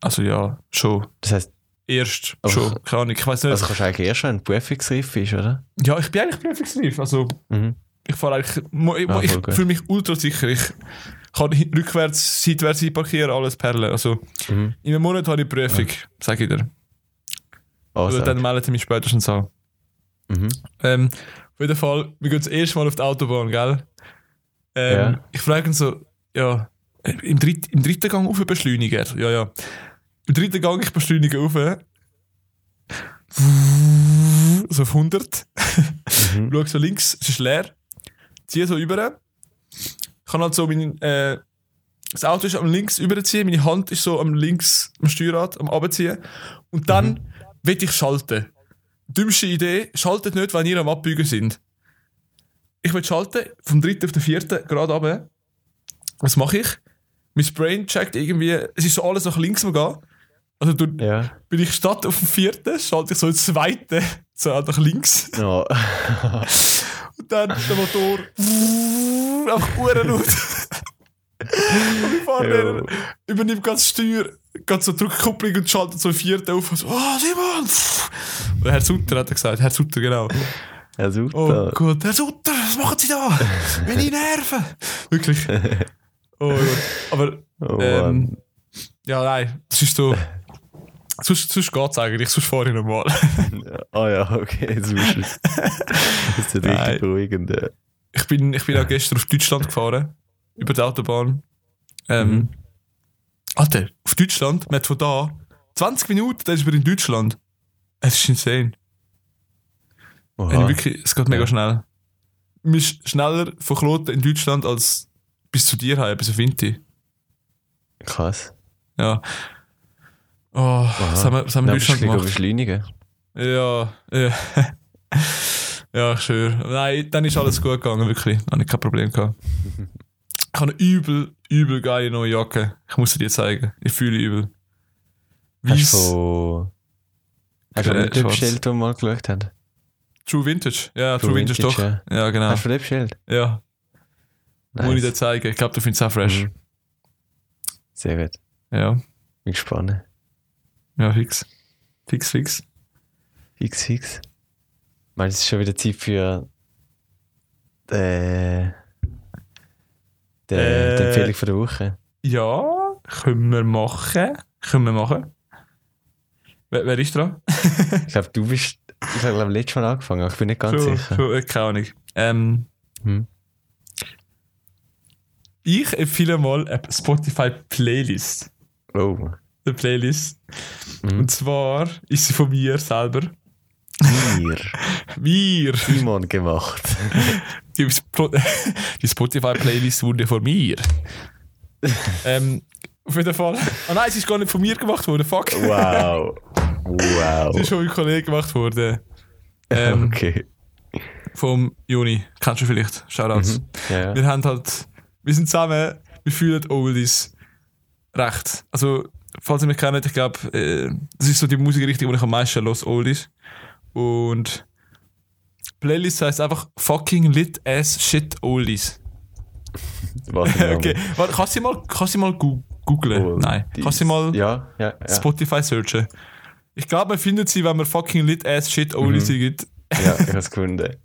Speaker 2: Also ja, schon.
Speaker 1: Das heisst,
Speaker 2: Erst
Speaker 1: Aber
Speaker 2: schon. Keine Ahnung. Ich weiß nicht.
Speaker 1: also kannst du eigentlich erst schon, wenn die Prüfung reif ist, oder?
Speaker 2: ja, ich bin eigentlich prüfungsreif. Also
Speaker 1: Mhm.
Speaker 2: ich fahre eigentlich. mo- Ich,
Speaker 1: Ah,
Speaker 2: ich
Speaker 1: voll gut.
Speaker 2: fühle mich ultra sicher. Ich kann hin- rückwärts, seitwärts parkieren, alles perlen. Also
Speaker 1: Mhm.
Speaker 2: in einem Monat habe ich Prüfung, sage ich dir.
Speaker 1: Also.
Speaker 2: Oder dann meldet er mich spätestens an.
Speaker 1: Mhm.
Speaker 2: Ähm, auf jeden Fall, wir gehen das erste Mal auf die Autobahn, gell? Ähm,
Speaker 1: Ja.
Speaker 2: Ich frage ihn so, ja, äh, im, dritt, im dritten Gang auf beschleunigen. Er so, Ja, ja. Im dritten Gang, ich beschleunige auf. So auf 100.
Speaker 1: Mhm.
Speaker 2: Schau so links, es ist leer. Ziehe so über. Ich kann halt so mein, äh, das Auto ist am links überziehen, meine Hand ist so am links, am Steuerrad, am abziehen. Und dann will ich schalten. Dümmste Idee, schaltet nicht, wenn ihr am Abbügen sind. Ich will schalten, vom dritten auf den vierten, gerade runter. Was mache ich? Mein Brain checkt irgendwie, es ist so alles nach links am Gehen. Also du,
Speaker 1: Ja.
Speaker 2: bin ich statt auf dem vierten, schalte ich so den zweiten, so nach links.
Speaker 1: No.
Speaker 2: Und dann der Motor. Einfach Uhrenlaut. Und ich fahre
Speaker 1: Jo.
Speaker 2: dann, übernimmt ganz Steuer, ganz so Druckkupplung und schaltet so einen vierten auf. Und so, ah, Simon! pff. Und Herr Sutter hat er gesagt, Herr Sutter, genau.
Speaker 1: Herr
Speaker 2: Oh
Speaker 1: Sutter.
Speaker 2: Gott, Herr Sutter, was machen Sie da? Meine Nerven! Wirklich. Oh Gott. Aber
Speaker 1: Oh,
Speaker 2: ähm,
Speaker 1: Mann.
Speaker 2: ja, nein, es ist so. Sonst, sonst geht es eigentlich, sonst fahre ich normal.
Speaker 1: Ah ja, okay, jetzt musst du es. Das ist
Speaker 2: Nein.
Speaker 1: richtig beruhigend. ja.
Speaker 2: Ich bin, ich bin auch gestern auf Deutschland gefahren, über die Autobahn. Ähm,
Speaker 1: Mhm.
Speaker 2: Alter, auf Deutschland, man hat von da 20 Minuten, dann ist man in Deutschland. Es ist insane.
Speaker 1: Oha. Oh,
Speaker 2: Ey, wirklich, es geht mega
Speaker 1: Ja.
Speaker 2: schnell. Man ist schneller von Kloten in Deutschland als bis zu dir heim, bis auf Inti.
Speaker 1: Krass.
Speaker 2: Ja. Oh, was haben wir, was haben wir in
Speaker 1: Dann musst du
Speaker 2: Deutschland
Speaker 1: ein bisschen
Speaker 2: gemacht?
Speaker 1: beschleunigen.
Speaker 2: Ja, ja. ja, ich schwöre. Nein, dann ist alles gut gegangen, wirklich. Da habe ich kein Problem gehabt. Ich habe eine übel, übel geile neue Jacke. Ich muss sie dir zeigen. Ich fühle übel.
Speaker 1: Hast du
Speaker 2: Weiss,
Speaker 1: von- Hast du
Speaker 2: Äh,
Speaker 1: nicht den
Speaker 2: schwarz.
Speaker 1: bestellt, den wir mal geschaut haben?
Speaker 2: True Vintage. Ja, True,
Speaker 1: True
Speaker 2: Vintage,
Speaker 1: Vintage,
Speaker 2: doch. Ja, genau.
Speaker 1: Hast du von dem bestellt?
Speaker 2: Ja, muss ich dir
Speaker 1: Nice.
Speaker 2: zeigen. Ich glaube, du findest es auch fresh.
Speaker 1: Mhm. Sehr gut.
Speaker 2: Ja,
Speaker 1: Bin gespannt.
Speaker 2: ja, fix. Fix, fix.
Speaker 1: Fix, fix. Ich meine, es ist schon wieder Zeit für äh, die,
Speaker 2: Äh.
Speaker 1: die Empfehlung von der Woche.
Speaker 2: Ja, können wir machen. Können wir machen. Wer, wer ist dran?
Speaker 1: Ich glaube, du bist. Ich habe glaube letztes Mal angefangen, aber ich bin nicht ganz
Speaker 2: Schon-
Speaker 1: sicher.
Speaker 2: schon, äh, keine Ahnung. Ähm,
Speaker 1: Hm.
Speaker 2: Ich empfehle mal eine Spotify-Playlist.
Speaker 1: Oh.
Speaker 2: Eine Playlist.
Speaker 1: Mhm.
Speaker 2: Und zwar ist sie von mir selber.
Speaker 1: Wir.
Speaker 2: Wir!
Speaker 1: Simon gemacht.
Speaker 2: Die, Spo- die Spotify-Playlist wurde von mir. ähm, auf jeden Fall. Oh nein, sie ist gar nicht von mir gemacht worden. Fuck.
Speaker 1: Wow.
Speaker 2: Sie
Speaker 1: Wow.
Speaker 2: ist von meinem Kollegen gemacht worden. Ähm,
Speaker 1: okay.
Speaker 2: Vom Juni. Kennst du vielleicht? Shoutouts.
Speaker 1: Mhm. Ja, ja.
Speaker 2: Wir haben halt, wir sind zusammen, wir fühlen Oldies recht. Also, falls ihr mich kennt, ich glaube, äh, das ist so die Musikrichtung, die ich am meisten los Oldies. Und Playlist heißt einfach fucking lit ass shit Oldies.
Speaker 1: Warte mal.
Speaker 2: Okay, warte, kannst du mal, kannst du mal goo- googlen?
Speaker 1: Oh,
Speaker 2: Nein.
Speaker 1: die-
Speaker 2: Kannst du mal
Speaker 1: Ja, ja. ja.
Speaker 2: Spotify searchen? Ich glaube, man findet sie, wenn man fucking lit ass shit Oldies
Speaker 1: Mhm.
Speaker 2: eingibt.
Speaker 1: Ja, ich habe es gefunden.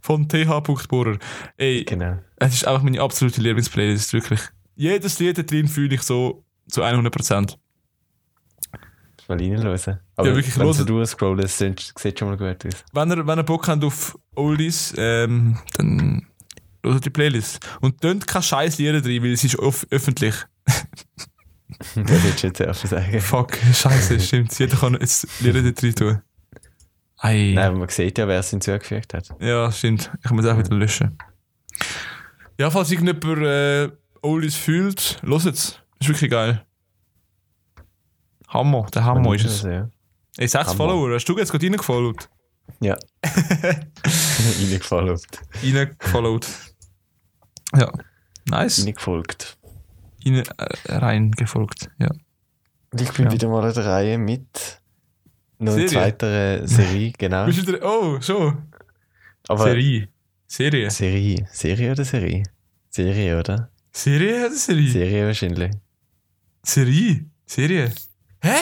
Speaker 2: Von th.bohrer. Ey,
Speaker 1: Genau.
Speaker 2: Es ist einfach meine absolute Lieblingsplaylist, wirklich. Jedes Lied da drin fühle ich so zu 100%.
Speaker 1: Mal reinlösen. Aber
Speaker 2: wirklich,
Speaker 1: wenn du
Speaker 2: hört-
Speaker 1: durchscrollst, das sieht sieht schon mal gut aus.
Speaker 2: Wenn ihr, wenn ihr Bock habt auf Oldies, ähm, dann hört die Playlist. Und tönt keine scheiß Lieder drin, weil es ist off öffentlich.
Speaker 1: Das hättest du jetzt erst sagen.
Speaker 2: Fuck, scheiße, stimmt. Jeder kann jetzt Lieder da drin tun. Ei.
Speaker 1: Nein, aber man sieht ja, wer es hinzugefügt hat.
Speaker 2: Ja, stimmt. Ich muss auch wieder löschen. Ja, falls irgendjemand äh, Oldies fühlt, los jetzt. Ist wirklich geil. Hammer, der Hammer ist es.
Speaker 1: Also, ja.
Speaker 2: Ey, sechs
Speaker 1: Hammer.
Speaker 2: Follower, hast du jetzt gerade reingefollowt?
Speaker 1: Ja. Reingefolgt.
Speaker 2: Reingefollowt. Ja. Nice.
Speaker 1: Reingefolgt.
Speaker 2: Rein, äh, reingefolgt, ja.
Speaker 1: Und ich bin
Speaker 2: Ja.
Speaker 1: wieder mal an der Reihe mit noch
Speaker 2: Serie?
Speaker 1: einer zweiteren Serie, genau.
Speaker 2: Bist du wieder, oh, schon.
Speaker 1: Aber
Speaker 2: Serie. Serie.
Speaker 1: Serie. Serie oder Serie? Serie, oder?
Speaker 2: Serie oder Serie?
Speaker 1: Serie wahrscheinlich.
Speaker 2: Serie. Serie. Hä?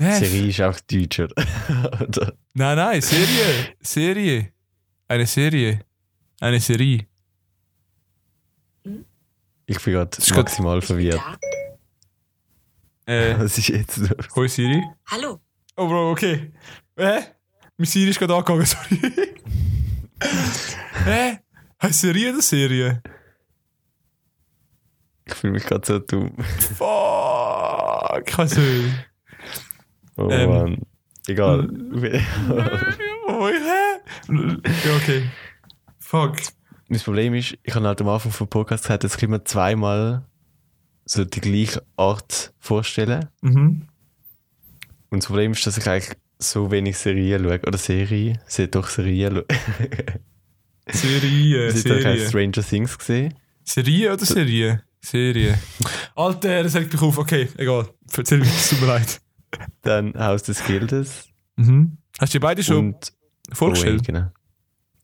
Speaker 2: Nein.
Speaker 1: Serie ist auch deutsch, oder? oder?
Speaker 2: Nein, nein, Serie. Serie. Eine Serie. Eine Serie.
Speaker 1: Ich bin gerade
Speaker 2: Ist gut.
Speaker 1: maximal verwirrt.
Speaker 3: Ja.
Speaker 2: Äh,
Speaker 1: Was ist jetzt los?
Speaker 2: hoi Siri.
Speaker 3: Hallo.
Speaker 2: Oh, Bro, okay. Hä? Mein Siri ist gerade angegangen, sorry. Hä? Heißt Serie oder Serie?
Speaker 1: Ich fühle mich gerade so dumm.
Speaker 2: Fuck, ich weiß nicht.
Speaker 1: Oh
Speaker 2: Ähm.
Speaker 1: Mann. Egal.
Speaker 2: Oh, hä? Ja, okay. Fuck.
Speaker 1: mein Problem ist, ich habe halt am Anfang vom Podcast gesagt, jetzt können wir zweimal so die gleiche Art vorstellen.
Speaker 2: Mhm.
Speaker 1: Und das Problem ist, dass ich eigentlich so wenig Serien schaue. Oder Serie. Sie doch Serien schaue.
Speaker 2: Serie,
Speaker 1: Ich habe keine
Speaker 2: Äh, Serie.
Speaker 1: Stranger Things gesehen.
Speaker 2: Serie oder Serie? Serie. Alter, das hält mich auf. Okay, egal. Erzähl mir, es tut mir leid.
Speaker 1: Dann Haus des Geldes.
Speaker 2: Mhm. Hast du dir beide schon
Speaker 1: und
Speaker 2: vorgestellt?
Speaker 1: Owen, genau.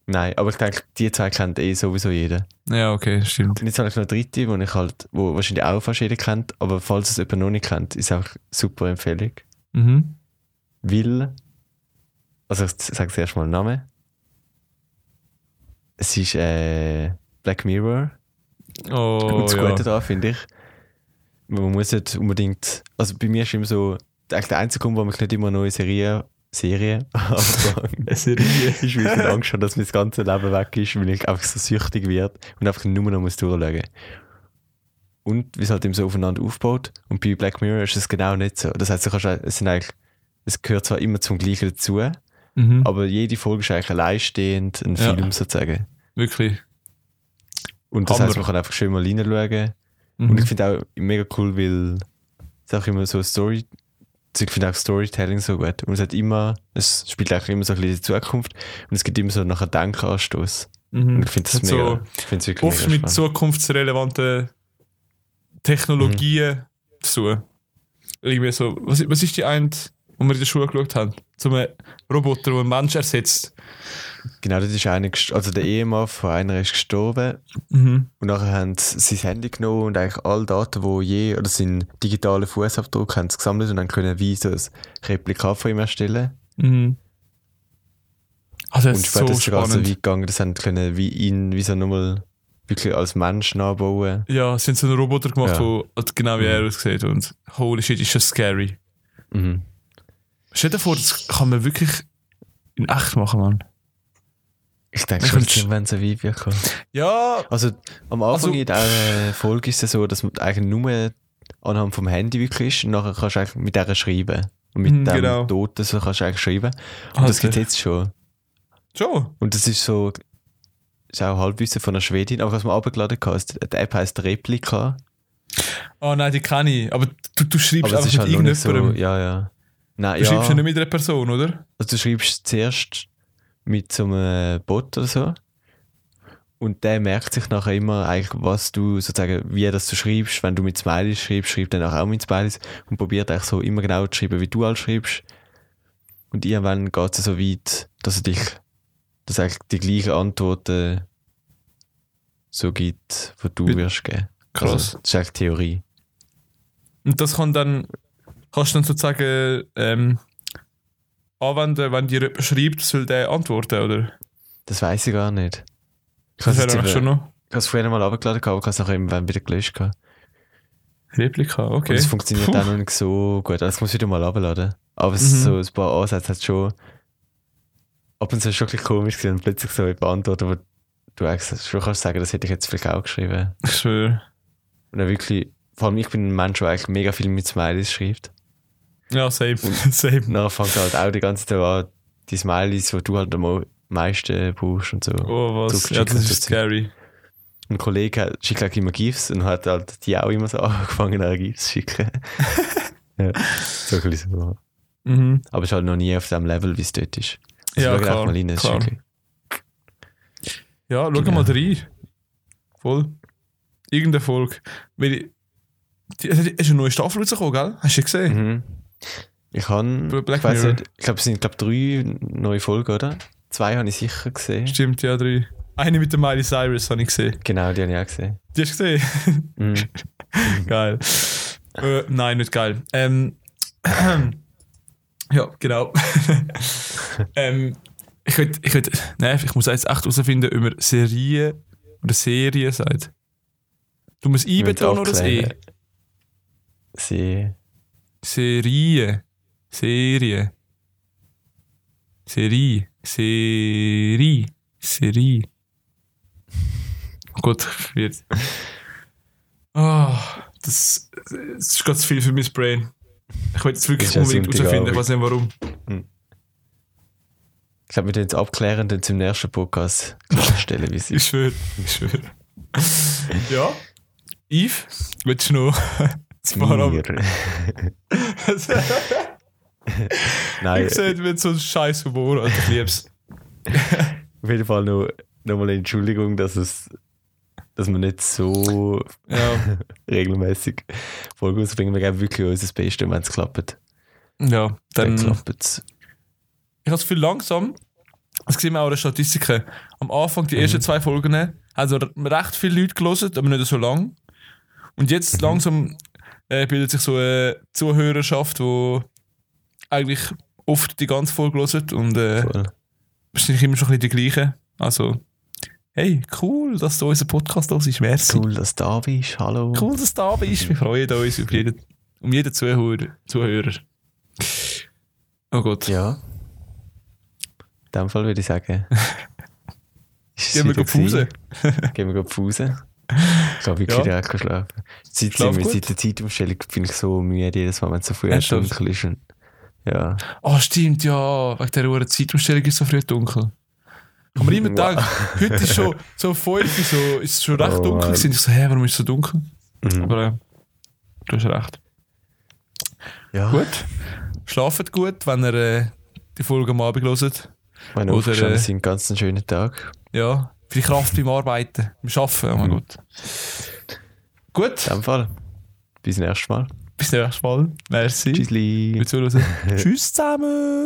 Speaker 1: Nein, aber ich denke, die zwei kennt eh sowieso jeder.
Speaker 2: Ja, okay, stimmt.
Speaker 1: Und jetzt habe ich noch eine dritte, die ich halt, wo wahrscheinlich auch fast jeder kennt, aber falls es jemand noch nicht kennt, ist einfach super empfehlung.
Speaker 2: Mhm.
Speaker 1: Weil Also ich sage zuerst mal den Namen. Es ist äh, Black Mirror.
Speaker 2: Oh,
Speaker 1: und das
Speaker 2: ja.
Speaker 1: Gute daran finde ich, man muss nicht unbedingt. Also bei mir ist immer so, eigentlich der einzige Grund, warum ich nicht immer neue Serien Serien anfange,
Speaker 2: Eine Serie.
Speaker 1: ist, weil ich dann Angst habe, dass mein ganzes Leben weg ist, weil ich einfach so süchtig werde und einfach nur noch muss durchschauen muss. Und wie es halt eben so aufeinander aufbaut. Und bei Black Mirror ist es genau nicht so. Das heißt, du kannst, es, sind eigentlich, es gehört zwar immer zum Gleichen dazu,
Speaker 2: Mhm.
Speaker 1: aber jede Folge ist eigentlich alleinstehend ein
Speaker 2: Ja.
Speaker 1: Film sozusagen.
Speaker 2: Wirklich.
Speaker 1: Und das
Speaker 2: Hammer.
Speaker 1: heißt, man kann einfach schön mal reinschauen.
Speaker 2: Mhm.
Speaker 1: Und ich finde auch mega cool, weil es auch immer so Story. also Ich finde auch Storytelling so gut. Und es hat immer, es spielt auch immer so ein bisschen die Zukunft und es gibt immer so nachher Denkanstoß.
Speaker 2: Mhm.
Speaker 1: Und ich finde das
Speaker 2: Hat so
Speaker 1: mega. ich finde es wirklich
Speaker 2: Oft
Speaker 1: mega
Speaker 2: mit
Speaker 1: spannend.
Speaker 2: zukunftsrelevanten Technologien zu tun. Irgendwie so, was, was ist die eine, wo wir in der Schule geschaut haben? So ein Roboter, der einen Mensch ersetzt.
Speaker 1: Genau, das ist einer, gest- also der Ehemann von einer ist gestorben
Speaker 2: Mhm.
Speaker 1: und nachher haben sie sein Handy genommen und eigentlich alle Daten, die je, oder seinen digitalen Fußabdruck haben sie gesammelt und dann können wie so ein Replikat von ihm erstellen.
Speaker 2: Mhm. Also, das
Speaker 1: Und
Speaker 2: ist so
Speaker 1: später ist sogar so weit
Speaker 2: spannend.
Speaker 1: gegangen, dass sie haben können wie ihn wie so nochmal wirklich als Mensch nachbauen.
Speaker 2: ja, es sind so einen Roboter gemacht,
Speaker 1: Ja.
Speaker 2: wo halt genau wie
Speaker 1: Mhm.
Speaker 2: er aussieht. Und holy shit, ist das scary.
Speaker 1: Mhm.
Speaker 2: Stell dir vor, das kann man wirklich in echt machen, Mann.
Speaker 1: Ich denke
Speaker 2: Ich
Speaker 1: schon,
Speaker 2: find's-
Speaker 1: dass irgendwann so weit wird kommen.
Speaker 2: Ja,
Speaker 1: Also am Anfang
Speaker 2: Also-
Speaker 1: in dieser Folge ist es so, dass man eigentlich nur anhand vom Handy wirklich ist und nachher kannst du eigentlich mit der schreiben. Und mit
Speaker 2: Mhm,
Speaker 1: dem
Speaker 2: genau. Also.
Speaker 1: Toten so kannst du eigentlich schreiben. Und das
Speaker 2: Alter.
Speaker 1: gibt es jetzt schon.
Speaker 2: schon.
Speaker 1: Und das ist so, ist auch Halbwissen von einer Schwedin, aber was man abgeladen hat, ist, die App heisst Replika.
Speaker 2: Oh nein, die kenne ich. Aber du, du schreibst
Speaker 1: Aber es
Speaker 2: einfach
Speaker 1: ist
Speaker 2: mit
Speaker 1: halt noch nicht so,
Speaker 2: irgendjemandem.
Speaker 1: ja, ja. Nein,
Speaker 2: Du schreibst ja
Speaker 1: ja.
Speaker 2: nicht mit einer Person, oder?
Speaker 1: Also du schreibst zuerst mit so einem Bot oder so. Und der merkt sich nachher immer eigentlich, was du sozusagen, wie das du schreibst. Wenn du mit Smileys schreibst, schreibt er nachher auch mit Smileys und probiert eigentlich so immer genau zu schreiben, wie du alles schreibst. Und irgendwann geht es so weit, dass er dich, dass er eigentlich die gleichen Antworten so gibt, die du
Speaker 2: Wie-
Speaker 1: wirst geben.
Speaker 2: Krass.
Speaker 1: Also, das ist eigentlich Theorie.
Speaker 2: Und das kann dann, kannst du dann sozusagen ähm, anwenden, wenn dir jemand schreibt, soll der antworten, oder?
Speaker 1: Das weiß ich gar nicht. Ich
Speaker 2: Das
Speaker 1: habe
Speaker 2: wäre
Speaker 1: es
Speaker 2: dann
Speaker 1: jetzt
Speaker 2: schon
Speaker 1: eben-
Speaker 2: noch.
Speaker 1: ich habe es vorher mal runtergeladen, gehabt, aber ich habe es nachher irgendwann wieder gelöscht. Gehabt.
Speaker 2: Replika, okay.
Speaker 1: Und es funktioniert
Speaker 2: Puh.
Speaker 1: auch noch nicht so gut. Also, das muss ich wieder mal abladen. Aber es
Speaker 2: Mhm.
Speaker 1: so ein paar Ansätze hat schon. Ab und zu ist es wirklich komisch gewesen und plötzlich so jemand antwortet, wo du eigentlich schon kannst sagen, das hätte ich jetzt vielleicht auch geschrieben.
Speaker 2: Ich schwöre.
Speaker 1: Und dann wirklich, vor allem ich bin ein Mensch, der eigentlich mega viel mit Smileys schreibt.
Speaker 2: Ja, same. same.
Speaker 1: Und dann fängt halt auch die ganze Zeit an, die Smileys, die du halt am mo- meisten brauchst und so.
Speaker 2: Oh, was? Ja, das ist scary.
Speaker 1: Ein Kollege hat- schickt halt immer GIFs und hat halt die auch immer so angefangen, an GIFs zu schicken. ja, so ein bisschen so.
Speaker 2: Mhm.
Speaker 1: Aber es ist halt noch nie auf dem Level, wie es dort ist. Also
Speaker 2: Ja,
Speaker 1: schau
Speaker 2: klar,
Speaker 1: einfach mal rein, es ist
Speaker 2: klar.
Speaker 1: wirklich-
Speaker 2: Ja, schau
Speaker 1: Genau.
Speaker 2: mal rein. Voll. Irgendeine Folge. Weil ich, die, es ist eine neue Staffel rausgekommen, gell? Hast du die gesehen?
Speaker 1: Mhm. Ich habe,
Speaker 2: Black
Speaker 1: ich weiß
Speaker 2: Mirror.
Speaker 1: nicht, ich glaube, es sind glaub, drei neue Folgen, oder? Zwei habe ich sicher gesehen.
Speaker 2: Stimmt, ja, drei. Eine mit der Miley Cyrus habe ich gesehen.
Speaker 1: Genau, die habe ich auch gesehen.
Speaker 2: Die hast du gesehen?
Speaker 1: Mhm.
Speaker 2: geil. Äh, nein, nicht geil. Ähm, ja, genau. ähm, ich könnte, ich könnte, nein, ich muss jetzt echt herausfinden, ob man Serie oder Serie sagt. Du musst I
Speaker 1: Ich will's
Speaker 2: betonen oder das E?
Speaker 1: aufklären. Sie.
Speaker 2: Serie. Serie. Serie. Serie. Serie. Oh Gott, ich werde. Ah, das, das ist ganz viel für mein Brain. Ich wollte es wirklich
Speaker 1: Ist ja
Speaker 2: unbedingt
Speaker 1: ziemlich
Speaker 2: herausfinden, ich
Speaker 1: traurig.
Speaker 2: weiß nicht warum.
Speaker 1: Ich glaube, wir tun es abklären und zum nächsten Podcast klarstellen, wie sie
Speaker 2: Ich schwöre, ich schwöre. ja, Yves, willst du noch ein paar
Speaker 1: Mir.
Speaker 2: ab-
Speaker 1: Nein,
Speaker 2: Ich sehe, du so ein scheiß Humor, Alter, ich lieb's.
Speaker 1: auf jeden Fall noch, noch mal eine Entschuldigung, dass es, dass wir nicht so
Speaker 2: Ja,
Speaker 1: regelmäßig Folgen rausbringen. Wir geben wirklich unser Bestes, wenn es klappt.
Speaker 2: ja
Speaker 1: Dann
Speaker 2: dann.
Speaker 1: klappt es.
Speaker 2: ich habe das Gefühl, langsam, das sehen wir auch in den Statistiken, am Anfang, die
Speaker 1: Mhm.
Speaker 2: ersten zwei Folgen, also recht viele Leute gelesen, aber nicht so lang. Und
Speaker 1: Mhm.
Speaker 2: jetzt langsam äh, bildet sich so eine Zuhörerschaft, wo eigentlich oft die ganze Folge hört und äh,
Speaker 1: Voll.
Speaker 2: wahrscheinlich immer schon ein bisschen die gleichen. Also, hey, cool, dass du unser Podcast los ist. Merci.
Speaker 1: Cool, Mhm. dass du da bist. Hallo.
Speaker 2: Cool, dass du da bist. Wir freuen uns auf jeden, um jeden Zuhörer. Zuhörer. Oh Gott.
Speaker 1: Ja. In dem Fall würde ich sagen. ist es
Speaker 2: Gehen wir
Speaker 1: wieder
Speaker 2: gehen Pause.
Speaker 1: gewesen. Gehen wir gleich Pause. Ich habe wirklich
Speaker 2: Ja.
Speaker 1: direkt geschlafen. Seit,
Speaker 2: Schlaf
Speaker 1: seit,
Speaker 2: gut.
Speaker 1: seit der Zeitumstellung bin ich so müde, jedes Mal, wenn es so früh
Speaker 2: Ernsthaft?
Speaker 1: dunkel ist. Und, ja.
Speaker 2: Ah, stimmt, ja. Wegen der Uhr Zeitumstellung ist es so früh dunkel. Ich habe mir immer
Speaker 1: Wow.
Speaker 2: gedacht, heute ist schon so um fünf, Uhr, so, ist es schon recht
Speaker 1: Oh,
Speaker 2: dunkel
Speaker 1: Mann.
Speaker 2: gewesen. Ich so, hä, warum ist es so dunkel?
Speaker 1: Mhm.
Speaker 2: Aber äh, du hast recht.
Speaker 1: ja.
Speaker 2: Gut. Schlaft gut, wenn ihr äh, die Folge am Abend hört.
Speaker 1: Meine
Speaker 2: Oder,
Speaker 1: Aufgestanden
Speaker 2: äh,
Speaker 1: sind einen ganz schönen Tag.
Speaker 2: Ja. Viel Kraft beim Arbeiten, beim Arbeiten. Oh
Speaker 1: Mhm.
Speaker 2: mein Gott. Gut,
Speaker 1: In dem Fall. Bis zum nächsten Mal.
Speaker 2: bis zum nächsten Mal. Merci.
Speaker 1: Tschüssli.
Speaker 2: Mit Zuhören. Tschüss zusammen.